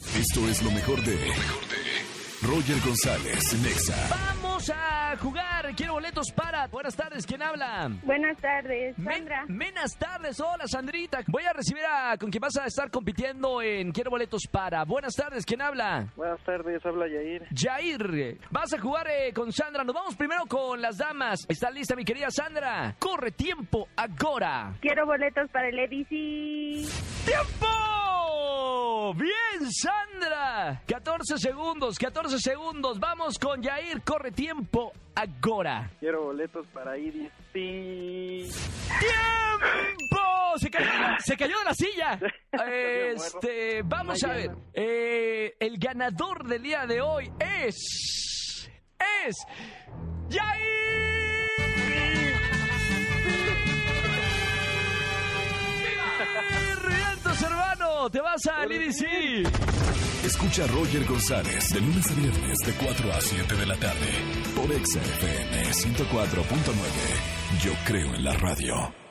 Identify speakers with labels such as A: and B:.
A: Esto es lo mejor de. Roger González, Nexa.
B: Vamos a jugar. Quiero boletos para. Buenas tardes, ¿quién habla?
C: Buenas tardes,
B: Men-
C: Sandra.
B: Buenas tardes, hola Sandrita. Voy a recibir a con quien vas a estar compitiendo en Quiero boletos para. Buenas tardes, ¿quién habla?
D: Buenas tardes, habla Yair.
B: Jair, vas a jugar eh, con Sandra. Nos vamos primero con las damas. ¿Estás lista, mi querida Sandra? Corre tiempo ahora.
C: Quiero boletos para el EDC.
B: ¡Tiempo! ¡Bien, Sandra! 14 segundos, 14 segundos. Vamos con Jair. Corre tiempo ahora.
D: Quiero boletos para ir Sí.
B: ¡Tiempo! Se cayó, de la- se cayó de la silla. Este, vamos a ver. Eh, el ganador del día de hoy es. Es. Jair. Vientos, hermano, te vas al IDC.
A: Escucha a Roger González de lunes a viernes de 4 a 7 de la tarde por Exa FM 104.9. Yo creo en la radio.